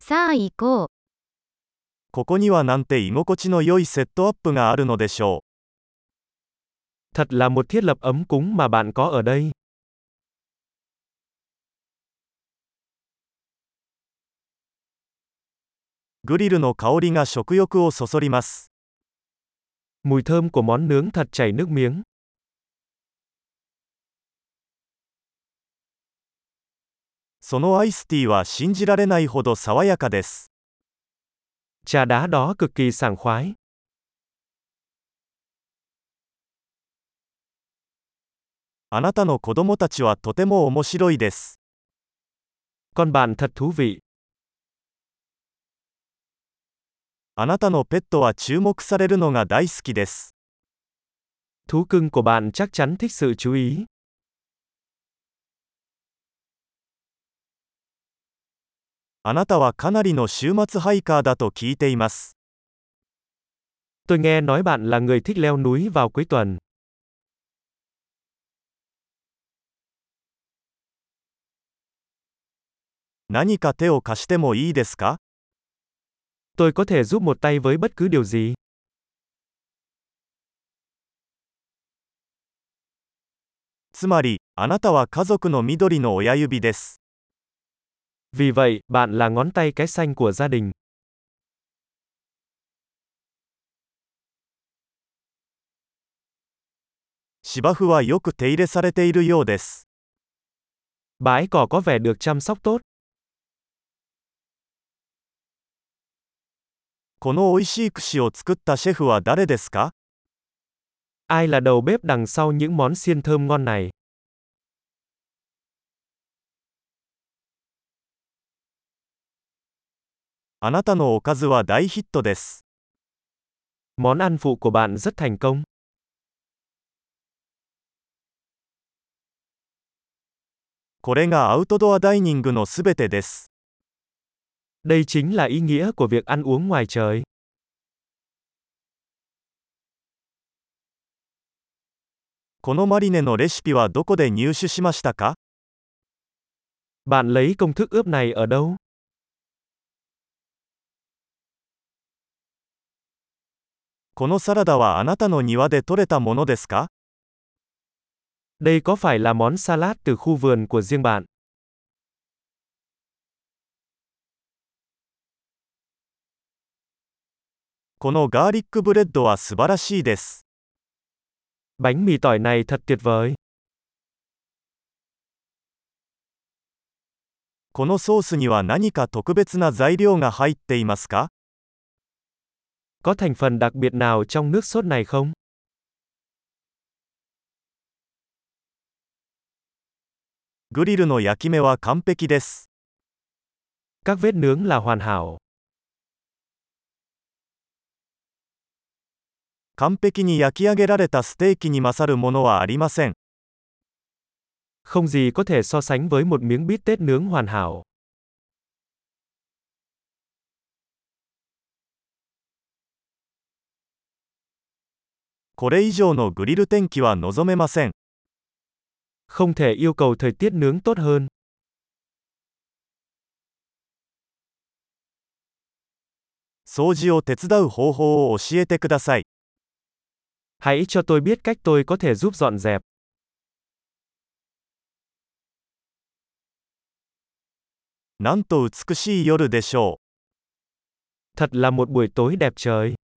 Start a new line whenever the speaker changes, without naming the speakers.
さあ行こう。
ここにはなんて居心地の良いセットアップがあるのでしょ
Thật là một thiết lập ấm cúng mà bạn có ở đây.
う。グリルの香りが食欲をそそります。
Mùi thơm của món nướng thật chảy nước miếng.
そのアイスティーは信じられないほど爽やかです。
Trà đá đó cực kỳ sảng khoái.
あなたの子供たちはとても面白いです。
Con bạn thật thú vị.
あなたのペットは注目されるのが大好きです。
Thú cưng của bạn chắc chắn thích sự chú ý.
あなたはかなりの週末ハイカーだと聞いています。
Tôi nghe nói bạn là người thích leo núi vào cuối tuần.
何か手を貸してもいいですか
Tôi có thể giúp một tay với bất cứ điều gì.
つまり、あなたは家族の緑の親指です。
Vì vậy, bạn là ngón tay cái xanh của gia đình.
芝生はよく手入れされているようです。
Bãi cỏ có vẻ được chăm sóc tốt.
この美味しい串を作ったシェフは誰ですか
Ai là đầu bếp đằng sau những món xiên thơm ngon này?
あなたのおかずは大ヒットです。
Món ăn phụ của bạn rất thành công.
これがアウトドアダイニングのすべてです。
Đây chính là ý nghĩa của việc ăn uống ngoài trời.
このマリネのレシピはどこで入手しましたか
Bạn lấy công thức ướp này ở đâu?
このサラダはあなたの庭で採れたものですか
Đây có phải là món salad từ khu vườn của riêng bạn?
このガーリックブレッドは素晴らしいです。
Bánh mì tỏi này thật tuyệt vời.
このソースには何か特別な材料が入っていますか
Có thành phần đặc biệt nào trong nước sốt này không?
グリルの焼き目は完璧です。
Các vết nướng là hoàn hảo.
完璧に焼き上げられたステーキに勝るものはありません。
Không gì có thể so sánh với một miếng bít tết nướng hoàn hảo.
これ以上のグリル天気は望めません。
Không thể yêu cầu thời tiết nướng tốt hơn.
掃除を手伝う方法を教えてください。
Hãy cho tôi biết cách tôi có thể giúp dọn dẹp.
なんと美しい夜でしょう。
Thật là một buổi tối đẹp trời.